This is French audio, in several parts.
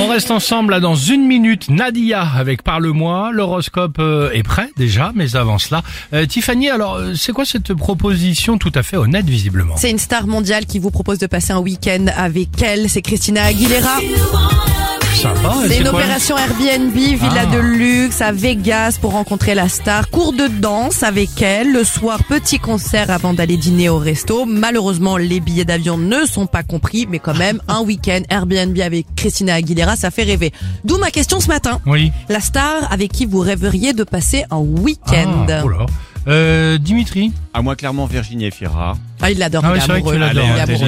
On reste ensemble là dans une minute. Nadia avec Parle-moi. L'horoscope euh, est prêt déjà, mais avant cela. euh, Tiffany, alors euh, c'est quoi cette proposition tout à fait honnête visiblement C'est une star mondiale qui vous propose de passer un week-end avec elle. C'est Christina Aguilera. Sympa. et C'est une Ah, quoi opération Airbnb, villa Ah. de luxe à Vegas pour rencontrer la star. Cours de danse avec elle. Le soir, petit concert avant d'aller dîner au resto. Malheureusement, les billets d'avion ne sont pas compris, mais quand même, un week-end Airbnb avec Christina Aguilera, ça fait rêver. D'où ma question ce matin. Oui. La star avec qui vous rêveriez de passer un Ah, week-end. oh là. Euh, Dimitri, À moi, clairement, Virginie Efira. Ah, il l'adore, Ah il oui, est c'est vrai que tu amoureux. l'adores. il est Elle est l'adore, amoureux.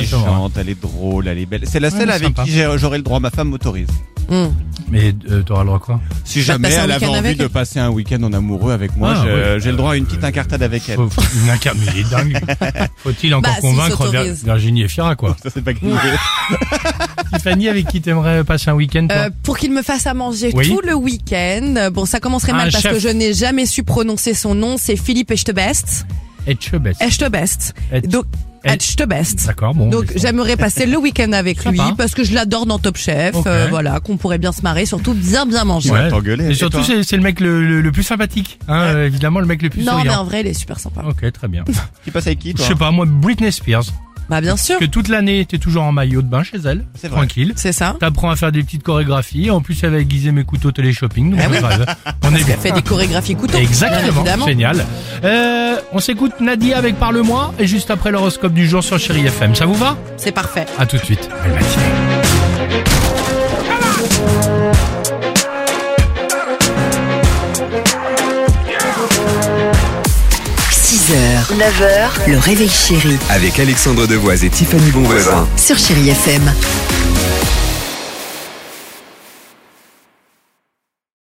intelligente, elle est drôle, elle est belle. C'est la Ouais, seule mais avec sympa. qui j'ai- j'aurai le droit, ma femme m'autorise. Hum. mais euh, t'auras le droit à quoi Si Bah, de jamais passer un elle avait week-end envie avec de elle. passer un week-end en amoureux avec moi, Ah, je- j'ai ouais. le droit à une petite incartade avec elle. Faut- une incar- mais il est dingue. Faut-il encore Bah, s'il convaincre Vir- s'autorise. Virginie et Fira quoi Ça, c'est pas grave. Tiffany, avec qui t'aimerais passer un week-end toi Euh, pour qu'il me fasse à manger Oui. tout le week-end. Euh, Bon, ça commencerait Un mal parce chef. que je n'ai jamais su prononcer son nom. C'est Philippe Echtebest. Et Chebet. Echtebest. Et- eh, Donc, Et- Echtebest. D'accord, bon. Donc, mais ça- j'aimerais passer le week-end avec lui Sympa. parce que je l'adore dans Top Chef. Ok. Euh, voilà, qu'on pourrait bien se marrer, surtout bien bien manger. Tu vas t'engueuler. Et Et surtout, toi c'est c'est le mec le, le- le plus sympathique. Hein, euh, évidemment, le mec le plus Non, mais souriant. en vrai, il est super sympa. Ok, très bien. Tu passes avec qui, Je toi sais pas, moi, Britney Spears. Bah, bien sûr. Que toute l'année, t'es toujours en maillot de bain chez elle. C'est vrai. Tranquille. C'est ça. T'apprends à faire des petites chorégraphies. En plus, elle va aiguiser mes couteaux télé-shopping. donc Ah c'est oui. grave. On est bien. Fait des chorégraphies couteaux. bien Exactement. évidemment. Génial. Euh, on s'écoute Nadia avec Parle-moi. Et juste après l'horoscope du jour sur Chéri FM. Ça vous va? C'est parfait. À tout de suite. Belle matinée. h 9h, le réveil chéri Avec Alexandre Devoise et Tiffany Bonvoisin. sur Chéri FM.